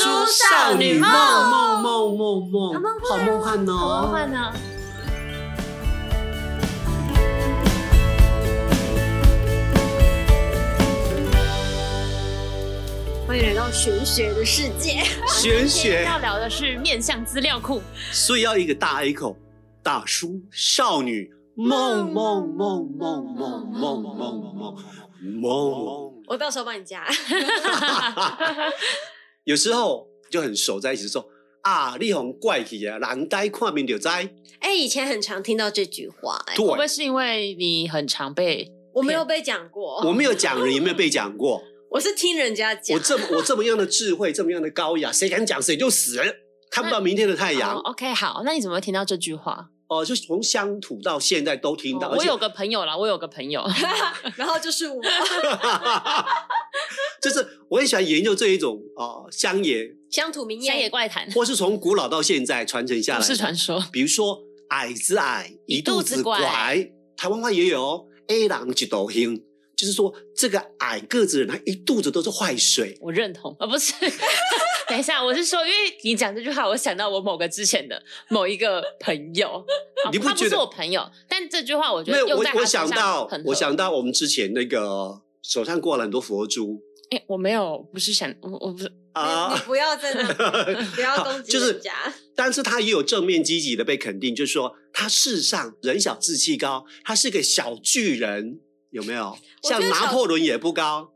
少女梦梦梦梦好梦梦幻好梦幻哦！好梦幻呢。欢迎来到玄学的世界。玄今天学，要聊的是面相资料库。所以要一个大 A 口，大叔少女梦梦梦梦梦梦梦梦梦梦。我到时候帮你加。有时候就很熟在一起的时候啊，力宏怪气啊，难呆看面就知。哎、以前很常听到这句话、哎，对会不，会是因为你很常被 我没有被讲过，我我没有讲人，也没有被 讲过。是听人家讲我。这么我这么样的智慧，这么样的高雅，谁敢讲谁就死，看不到明天的太阳哦。OK，好，那你怎么会听到这句话？哦、就是从乡土到现在都听哦到，而我且有个朋友啦，我有 个朋友，然后就是 我就是我很喜欢研究这一种哦乡野，乡土名乡野言，怪谈或是从古老到现在传承下来不的。是传说，比如说矮子矮，一一肚肚子子拐，拐台湾话也有哦 A 郎一斗兴，就是说这个矮个子的人他一肚子都是坏水。我认同，呃，不是。等一下，我是说，因为你讲这句话，我想到我某个之前的某一个朋友，啊 你不他不觉得是我朋友，但这句话我觉没得有，用我在我他身想上到很，合我想到我们之前那个手上挂了很多佛珠哎、我没有，不是想，我我不是啊。 你你不要在那， 不要攻击就是人家。但是他也有正面积极的被肯定，就是说他事实上人小志气高，他是个小巨人，有没有？我觉像得拿小破仑也不高，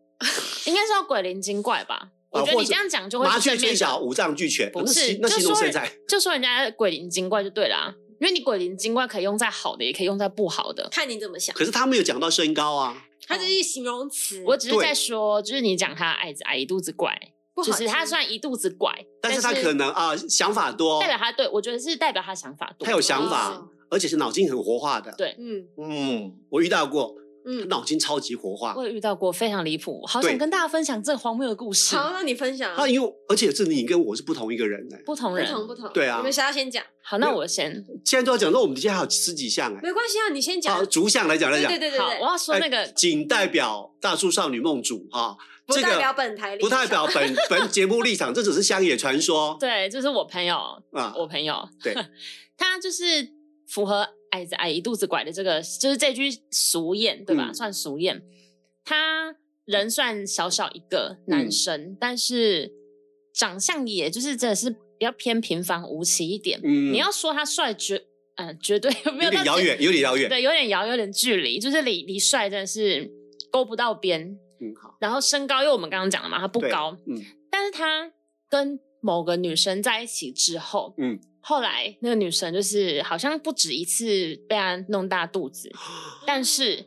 应该是要鬼灵精怪吧？啊我觉得或你者这样讲就会麻是雀正面虽的小，五脏俱全。不那是形那就形容说谁在？就说人家鬼灵精怪就对啦，因为你鬼灵精怪可以用在好的，也可以用在不好的。看你怎么想，可是他没有讲到身高啊，它这是形容词。我只是对在说，就是你讲他矮子矮一肚子怪，不好就听是他虽然一肚子怪，但是是他可能啊、想法多代，表他对我觉得是代表他想法多，他有想法哦，而且是脑筋很活化的。对嗯嗯，我遇到过，嗯，脑筋超级活化。我有遇到过非常离谱，好对想跟大家分享这个荒谬的故事。好，那你分享啊他因为而且是你跟我是不同一个人呢、不同不人，同不同，对啊你们谁要先讲？好，那我先现在都要讲到我们底下还有十几项哎、没关系啊，你先好，讲。逐项来讲来对讲对，对对好，我对，要说那个哎仅代表大叔少女梦主哈、不这代个表本台立不场，代表本本节目立场，这只是乡野传 说对，就是我朋友，啊。我朋友，对，他就是符合矮子矮一肚子拐的这个，就是这句俗谚对吧？嗯算俗谚，他人算小小一个嗯男生，但是长相也就是真的是比较偏平凡无奇一点。嗯你要说他帅，绝嗯、绝对有没有点到遥绝远，有点遥远。对，有点遥，有点距离，就是离离帅真的是勾不到边。嗯，好，然后身高，因为我们刚刚讲了嘛，他不对高，嗯，但是他跟某个女生在一起之后，嗯嗯，后来那个女生就是好像不止一次被他弄大肚子，但是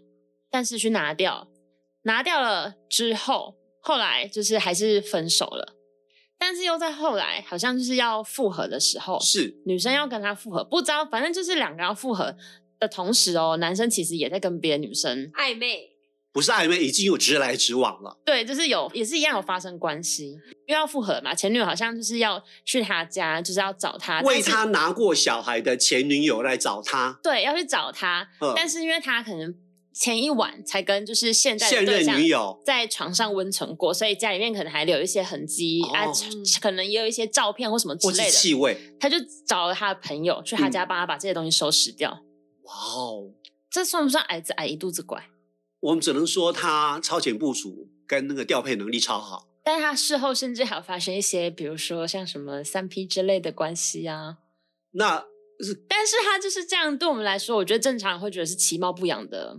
但是去拿掉，拿掉了之后，后来就是还是分手了，但是又在后来好像就是要复合的时候，是女生要跟他复合，不知道反正就是两个要复合的同时哦，男生其实也在跟别的女生暧昧。不是暧昧？已经有直来直往了。对，就是有也是一样有发生关系，又要复合嘛。前女友好像就是要去他家，就是要找他，为啊但是他拿过小孩的前女友来找他，对要去找他，嗯但是因为他可能前一晚才跟就是现在现的对任象女友在床上温存过，所以家里面可能还留一些痕迹、啊哦，可能也有一些照片或什么之或是类嗯的。气味。他就找了他的朋友去他家帮他把这些东西收拾掉，哇哦，这算不算矮子矮一肚子拐？我们只能说他超前部署跟那个调配能力超好。但他事后甚至还有发生一些，比如说像什么三 P 之类的关系啊。那但是他就是这样，对我们来说，我觉得正常人会觉得是其貌不扬的。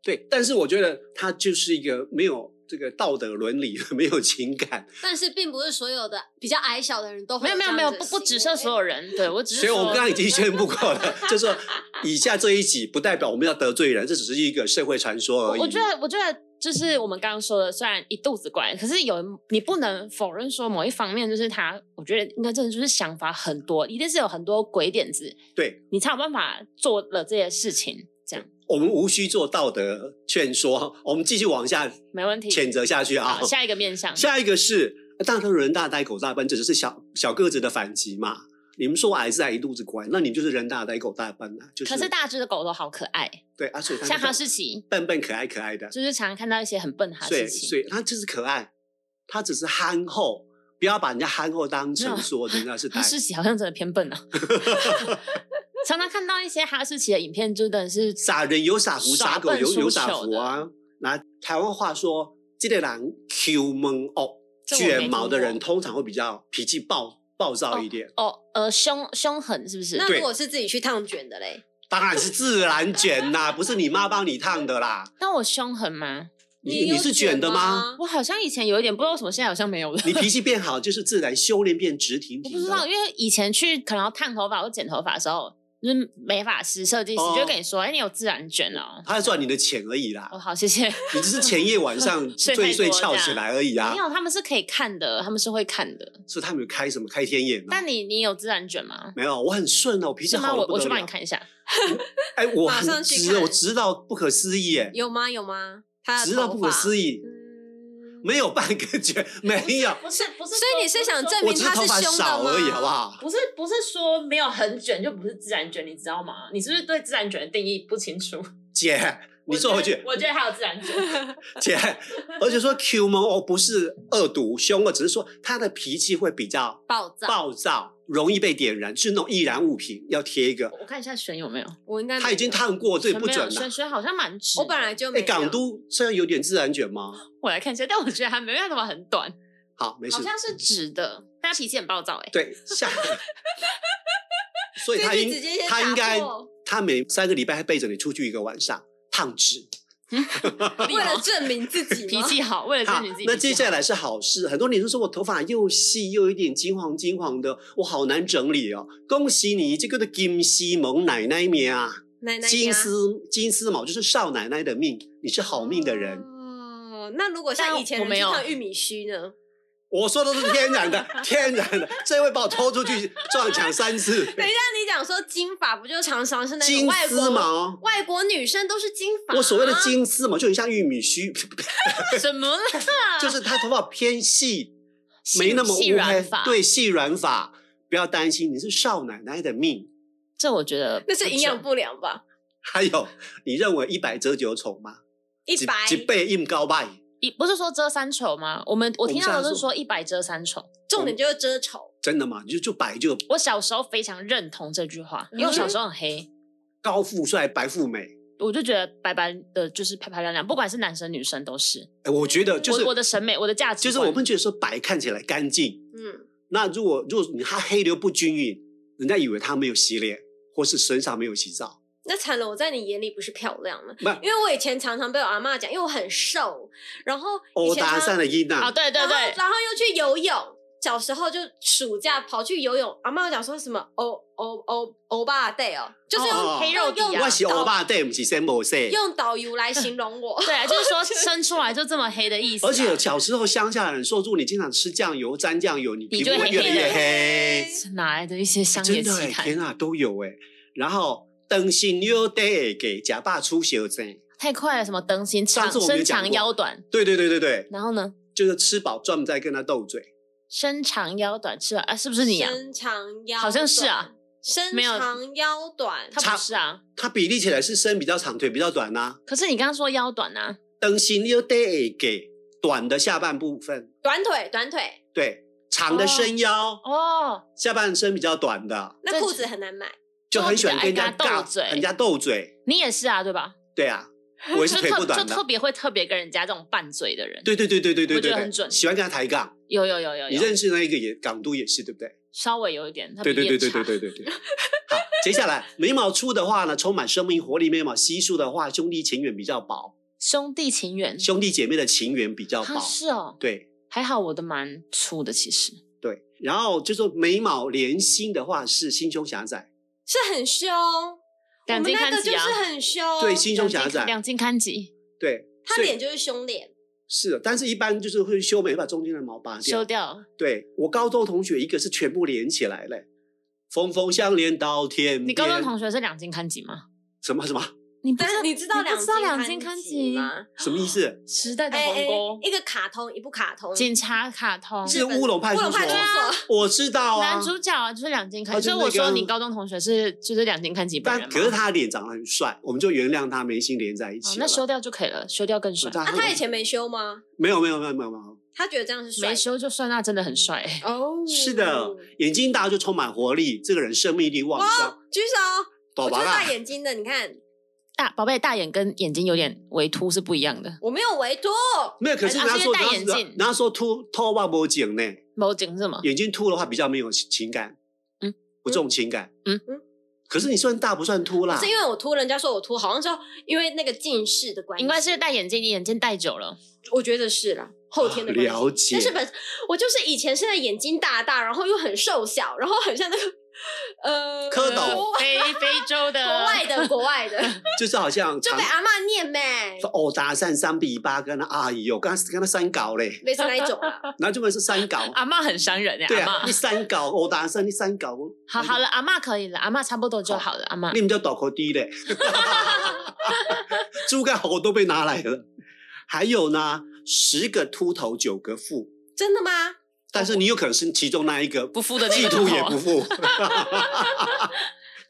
对，但是我觉得他就是一个没有这个道德伦理、 没有情感，但是并不是所有的比较矮小的人都会没有没有这没样子有，不的不只行涉为所有人，对我只是所以说，我们刚刚已经宣布过 了，就是说以下这一集不代表我们要得罪人，这只是一个社会传说而已。我觉得我觉得就是我们刚刚说的，虽然一肚子怪，可是有你不能否认说某一方面就是他，我觉得应该真的就是想法很多，一定是有很多鬼点子，对你才有办法做了这些事情，这样我们无需做道德劝说，我们继续往下没问题。谴责下去啊好，。下一个面向，下一个是呃大头人大呆狗大笨，这只是小小个子的反击嘛。你们说我矮子矮一肚子乖，那你们就是人大呆狗大笨啊，就是可是大只的狗都好可爱，对啊，所以它像哈士奇，笨笨可爱可爱的，啊就是常常看到一些很笨的哈所以士奇所。以它就是可爱，它只是憨厚，不要把人家憨厚当嗯成说人 家是呆哈。士奇好像真的偏笨啊。 常常看到一些哈士奇的影片，就等于是傻人有傻福，傻傻狗笨有有出傻糗福的啊。拿台湾话说，这个人 Q 蒙哦，这我没卷毛的人听通常会比较脾气暴暴躁一点，哦，呃，凶凶狠是不是？那对如果是自己去烫卷的嘞，当然是自然卷 啦，不是你妈帮你烫的啦。那我凶狠吗？你有是卷的吗？吗？我好像以前有一点，不知道为什么，现在好像没有了。你脾气变好就是自然修炼变直挺我挺的。不知道，因为以前去可能要烫头发或剪头发的时候，就是美发师、设计师哦就会跟你说：“哎、你有自然卷哦。他赚你的钱而已”啦哦，，好，谢谢。你只是前夜晚上 睡睡一太睡多翘这起样来而已啊没。有，他们是可以看的，他们是会看的。所以他们有开什么开天眼啊？但你你有自然卷吗？没有，我很顺哦，我脾气是吗？好我得不我去得帮你了。看一下。哎，我马很上去直，看我直到不可思议，哎，有吗？有吗？他的直到头不可发思议，嗯没有半个 卷，没有，不是不是所以你是想证我明只是他头是发凶的少而已，吗好不好？不是不是说没有很卷就不是自然卷，你知道吗？你是不是对自然卷的定义不清 楚？姐，你坐回去，我觉得还有自然卷。姐，而且说 Q 萌哦，不是恶毒凶恶，只是说他的脾气会比较暴躁，暴躁，容易被点燃，是那种易燃物品，要贴一个。 我看一下选有没有。我应该他已经没有烫过，这也选不没有准啊了选。选好像蛮直的。我本来就哎，没有港都虽然有点自然卷吗？我来看一下，但我觉得还没有那么很短，好，没事好。像是直的，但他脾气很暴躁哎、欸。对， 下。所以他这句应直接先他应打该破他每三个礼拜还背着你出去一个晚上烫纸。为了证明自己脾吗气好，为了证明自己。那接下，来是好事。很多女生说我头发又细又有一点金黄金黄的，我好难整理哦。恭喜你，这个的金丝萌奶奶命啊，奶奶金呀丝金丝毛就是少奶奶的命，你是好命的人。哦，那如果像但以前我人没去有啊烫玉米须呢？我说的是天 然的，天然的，这会把我拖出去撞墙三次。等一下，你讲说金发不就常常是那种金外丝国毛，外国女生都是金发？啊我所谓的金丝毛就很像玉 米须，什么啦？就是她头发偏细，没那么细乌黑软法。，对细软发，不要担心，你是少奶奶的命。这我觉得那是营养不不良吧？还有，你认为一百遮九丑吗？一百几倍硬高拜，准一不是说遮三丑吗？我们我我们听到的现在是说说一百遮三丑。重嗯点就是遮丑，真的吗？你就就摆就我小时候非常认同这句话，因为我小时候很黑，高富帅白富美。我就觉得白白的就是漂漂亮亮，不管是男生女生都是。哎，我觉得就是我我的审美，我的价值就观，是我们觉得说白看起来干净，嗯，那如果如果你他黑流不均匀，人家以为他没有洗脸，或是身上没有洗澡。那惨了，我在你眼里不是漂亮了不，因为我以前常常被我阿嬷讲，因为我很瘦，然后以欧前达常善哦的伊啊，娜，对对然后对，然后又去游泳。小时候就暑假跑去游泳，阿妈讲说什么欧欧欧欧巴 day 哦，就是用、哦黑肉底啊。用我是欧巴 d 不是 s a m 用导游来形容我 对啊，就是说生出来就这么黑的意思啊、而且小时候乡下人说，如果你经常吃酱油、沾酱油，你皮肤就会会越来黑越黑黑。是哪来的一些乡野真的奇哎，谈？天啊，都有哎。然后灯芯又得给假爸出小针，太快了，什么灯芯上长次我们有身讲过长腰短，对对对对对，然后呢，就是吃饱赚不在跟他斗嘴。身长腰短是吧？啊， 是不是你啊？身长腰好像是啊短，身没有长腰短，他不是啊，他比例起来是身比较长，腿比较短呐、啊。可是你刚刚说腰短啊，灯芯又得给短的下半部分，短腿短腿，对，长的伸腰，哦，下半身比较短的，那这裤子很难买。就很喜欢跟人家就比较爱跟他斗尬嘴人家斗嘴。你也是啊，对吧？对 啊，我也是就腿不特就短特的。别会特别跟人家这种拌嘴的人，对对对对对对我觉对得很对，准哦喜欢跟他抬杠。有有有有你有，认识那一个也港都也是对不对？稍微有一点，他对对比对例对差对对对对。 好，接下来眉毛粗的话呢，充满生命活力；眉毛稀疏的话，兄弟情缘比较薄，兄弟情缘，兄弟姐妹的情缘比较薄啊。嗯是哦，对还好我的蛮粗的，其实对，然后就说眉毛连心的话是心胸狭窄，是很凶，我两们斤那看个就几是啊，很凶，对心胸狭窄，两斤看几，对。他所以脸就是凶脸，是的，但是一般就是会修眉，把中间的毛拔修掉。掉，对我高中同学一个是全部连起来嘞，峰峰相连到天边。你高中同学是两斤看几吗？什么什么你不但是你知道你两不知道两斤斤看看几几吗？什么意思？时代的哎鸿哎沟，，一个卡通，一部卡通，警察卡通，是日本乌龙派乌出龙派出所啊所，啊我知道啊男，主角啊，就是两斤看啊几，就是所以那我个啊说你高中同学是就是两斤看几本人但嘛可是他脸长得很帅，我们就原谅他眉心连在一起哦了。那修掉就可以了，修掉更帅嗯我。大啊，他以前没修吗？没有没有没有没有没有，他觉得这样是帅没的修就算，那真的很帅。哦，是的，眼睛大就充满活力，这个人生命力旺盛。哇，举手，宝我就宝啦大，眼睛的，你看大宝贝大眼跟眼睛有点微凸是不一样的。我没有围多，没有，可是人家啊是说因为人戴眼家镜嗯人家说秃秃望不景呢，某景是什么？眼睛秃的话比较没有情情感，嗯，不重情感，嗯嗯。可是你算大不算秃啦啊是？因为我秃，人家说我秃，好像说因为那个近视的关系，应该是戴眼镜，你眼镜戴久了，我觉得是啦，后天的关系了解但是本我就是以前现在眼睛大大，然后又很瘦小，然后很像那个呃蝌蚪 国外非非洲的国外的国外 的，就是好 像就常被阿妈念呗，说哦，搭讪三比八，跟他阿姨哦，跟他跟他三搞 嘞，类似那一种 啦。然后就会是三搞，阿妈很伤人哎、对阿啊，妈你。三搞哦，搭讪你三搞，好好了，阿妈可以了，阿妈差不多就好了，阿妈你们叫倒口低 嘞，猪肝好都被拿来了。还有呢，十个秃头九个富，真的吗？但是你有可能是其中那一个，哦不敷的那既个秃头也不 富。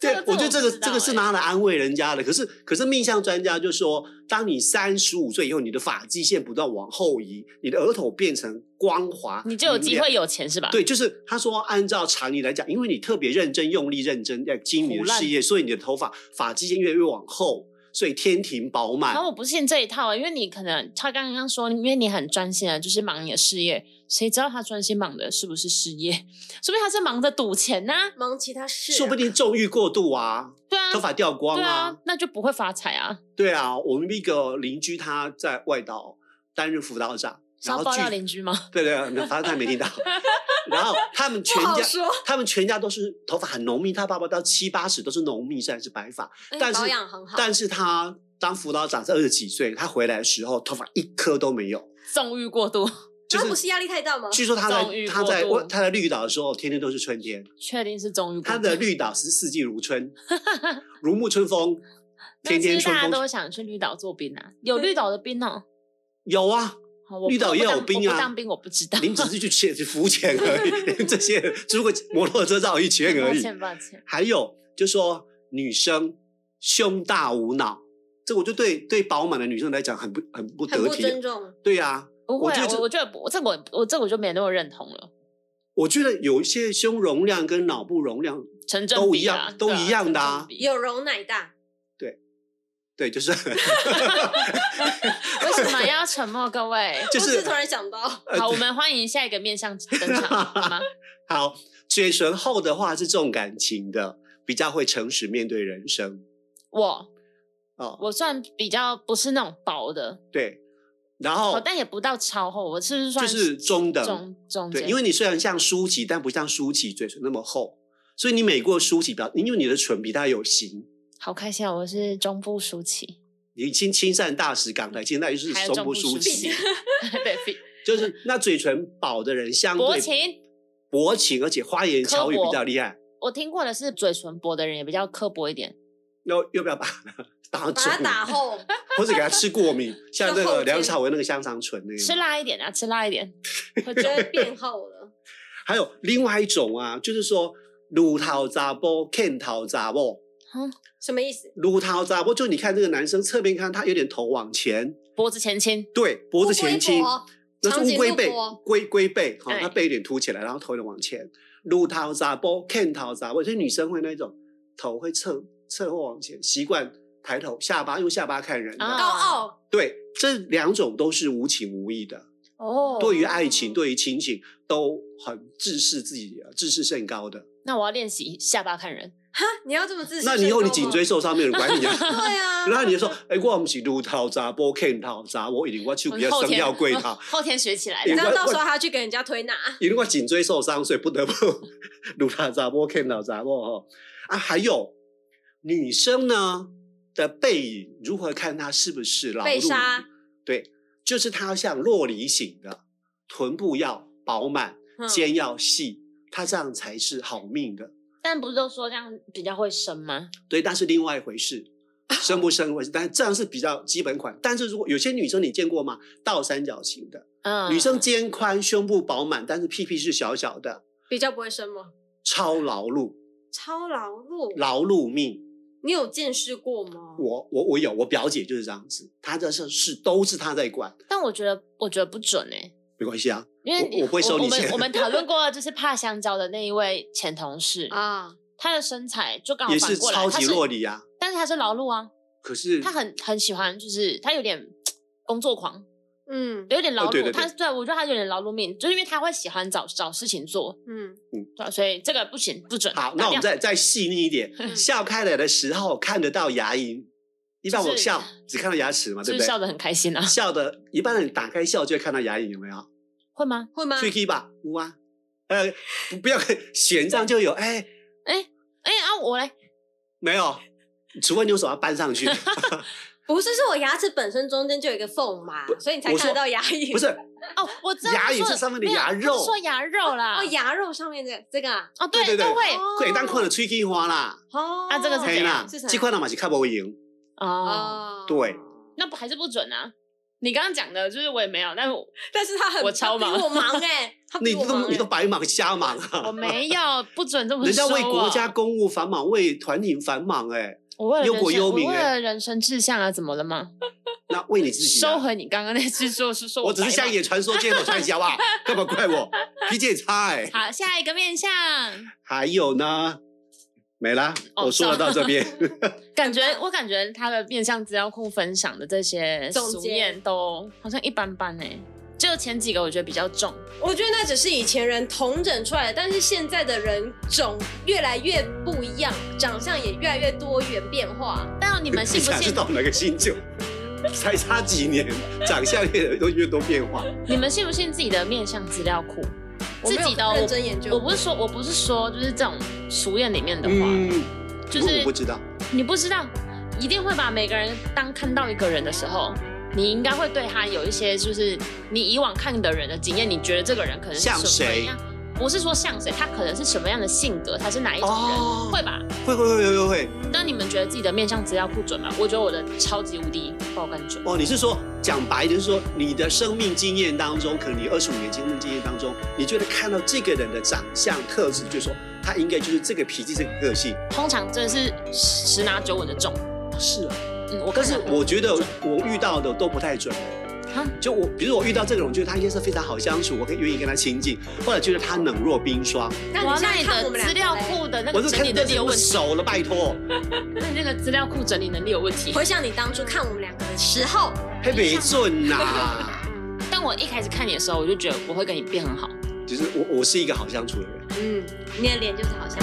对这个，我觉得这个这个我不知道欸这个是拿来安慰人家的。可是可是命相专家就说，当你三十五岁以后，你的发际线不断往后移，你的额头变成光滑，你就有机明亮会有钱是吧？对，就是他说，按照常理来讲，因为你特别认真、用力、认真在经营你的胡乱事业，所以你的头发发际线越来越往后，所以天庭饱哦然后满。我不信这一套、啊，因为你可能他刚刚说，因为你很专心啊，就是忙你的事业，谁知道他专心忙的是不是事业？ 说不定他是忙着赌钱呢、忙其他事啊、说不定纵欲过度啊，对啊，头发掉光对啊啊，，那就不会发财啊。对啊。我们一个邻居他在外岛担任辅导长，是然要后爆据料邻居吗？ 对对，对反正他没 听到。然后他们全不好家，说，他们全家都是头发很浓密，他爸爸到七八十都是浓密，虽然是白发，哎但是保养很好，但是他当辅导长在二十几岁，他回来的时候头发一颗都没有。纵欲过度，就啊他不是是压力太大吗？据说他纵在欲他在过度他在绿岛的时候，天天都是春天。确定是纵欲过他度。的 绿岛是四季如春，如沐春风，天但天是大春家风都。想去绿岛做兵啊，有绿岛的兵哦。有啊，好我绿岛我不也有当我兵不啊当兵我不知道。您只是去潜去浮潜而 已，这些如果摩托车绕一圈抱而已。歉抱歉，还有就说女生胸大无脑，这我就对对饱满的女生来讲很不很不很得不体。尊重，对呀、不会、我觉啊得，这我我觉得我这个我我这个我就没那么认同了。我觉得有一些胸容量跟脑部容量，成正都比一样啊都对啊一样的啊成正比有容乃大，对，就是 为什么要沉默？各位，就我是只突然想到， 呃好，我们欢迎下一个面向登场，好吗？好，嘴唇厚的话是重感情的，比较会诚实面对人生我哦。我算比较不是那种薄的，对，然哦后，但也不到超厚，我是就算是中等，中中对，间，因为你虽然像舒淇，但不像舒淇嘴唇那么厚，所以你美过舒淇表，因为你的唇比她有型。好开心啊！我是中部舒淇，你亲亲善大使港台，现在就是还有中中部部舒舒淇 淇，，对，比就是那嘴唇薄的人相对薄情。薄情，而且花言巧语刻薄比较厉害。我听过的是嘴唇薄的人也比较刻薄一点，要要不要把它 打把肿它，打厚， 或者给他吃过 敏，像那就厚个梁肩朝伟那个香肠唇那个。吃辣一点啊，吃辣 一点，会就肿。会变厚了。还有另外一种啊，就是说乳头杂波、看头杂波、什么意思？乳头杂波，就你看这个男生侧面看他有点头往前，脖子前倾，对，脖子前倾乌龟，哦脖那是乌龟长颈背鹿脖，龟龟背，好、对那背有点凸起来，然后头有点往前。乳头杂波、看头杂波，所以女生会那种头会侧侧或往前，习惯抬头，下巴用下巴看人的。啊高傲对，这两种都是无情无义的，哦对于爱情、对于亲情都很自视自己、自视甚高的。那我要练习下巴看人，哈，啊你要这么自信？那你以后你慎重颈吗椎受伤，没有人管你啊。对 啊，然后你就说，哎、我不是乳头杂波、看头杂波，一定我手我比较后生天。要贵头后天学起来你的知道我到时候还要去给人家推拿，因为我颈椎受伤，所以不得不乳头杂波、看头杂波哈。啊，还有女生呢的背影，如何看她是不是老被路杀？对，就是她像洛梨型的，臀部要饱满，嗯肩要细，她这样才是好命的。但不是都说这样比较会生吗？对，那是另外一回事，啊生不生一回事，但是这样是比较基本款。但是如果有些女生你见过吗？倒三角形的，嗯，女生肩宽，胸部饱满，但是屁屁是小小的，比较不会生吗？超劳碌，超劳碌，劳碌命。你有见识过吗？我我我有，我表姐就是这样子，她这是是都是她在管，但我觉得我觉得不准哎、不没关系啊，因为我我不会收你我钱们我 们讨论过，就是怕香蕉的那一位前同事，啊，他的身材就刚好也反是过来，超他级是落嗯里啊。但是他是劳碌啊，可是他很很喜欢，就是他有点工作狂，嗯有点劳碌。哦对对对他对我觉得他有点劳碌命，就是因为他会喜欢找找事情做， 嗯，对啊、所以这个不行，不准。好，打那我们掉再再细腻一点，嗯笑开了的时候看得到牙龈，一般我就是笑只看到牙齿嘛，对就不是对？笑得很开心啊，笑的，一般人打开笑就会看到牙龈，有没有？会吗？会吗？吹气吧，有啊。呃，不不要显上就有，哎、哎、啊，我来，没有，除非你用手把它搬上 去。不是，是我牙齿本身中间就有一个缝嘛，所以你才我看得说到牙龈。不是，哦，我知道牙你龈说是上面的没有牙不是肉说牙肉啦，哦，牙肉上面这这个啊，哦，对对对都会哦可以当哎困了吹气花啦，哦，啊这个是嘿怎啦样，是什么这款的嘛是看不赢。哦，哦，对，那不还是不准啊？你刚刚讲的就是我也没有，但我但是他很我超他忙比我忙哎，他你比我忙都你都哎，白忙瞎忙我啊！没有不啊准这么人家说我。为国家公务繁忙，为团体繁忙、哎，我为了忧人国生忧民我为欸了人生志向啊，怎么了吗？那为你自己、收啊。回你刚刚那句说是说我只是白像吗野传说借口传销 啊，干嘛怪我？脾气也差哎、好，下一个面相，还有呢，没啦，哦我说了到这边。感觉我感觉他的面相资料库分享的这些总俗结谚都好像一般般哎、就前几个我觉得比较重，我觉得那只是以前人统整出来的，但是现在的人种越来越不一样，长相也越来越多元变化。但 你们信不想知信？道哪个新旧？嗯才差几年，长相越都越多变化。你们信不信自己的面相资料库？我没自有己的哦认真研究我，我不是说我不是说就是这种俗谚里面的话，嗯，就不过我是不知道，你不知道，一定会把每个人当看到一个人的时候，你应该会对他有一些就是你以往看的人的经验，你觉得这个人可能是像什么谁样？不是说像谁，他可能是什么样的性格，他是哪一种人，哦会吧？会会会会会。但你们觉得自己的面相资料库准吗？我觉得我的超级无敌爆肝准。哦，你是说讲白就是说你的生命经验当中，可能你二十五年生命经验当中，你觉得看到这个人的长相特质，就说他应该就是这个脾气、这个个性。通常真的是十拿九稳的中。哦是啊，嗯，我但看是了我觉得我遇到的都不太准。啊就我，比如我遇到这个人，我觉得他应该是非常好相处，我可以愿意跟他亲近，或者觉得他冷若冰霜，那哇你现那在你看我的们资两个料嘞库的那我个是整看理你这能力有么问题，熟了，拜托。那你那个资料库整理能力有问题。回想你当初看我们两个的时候，还没准 呐，但我一开始看你的时候，我就觉得我会跟你变很好。就是我我是一个好相处的人，嗯，你的脸就是好像。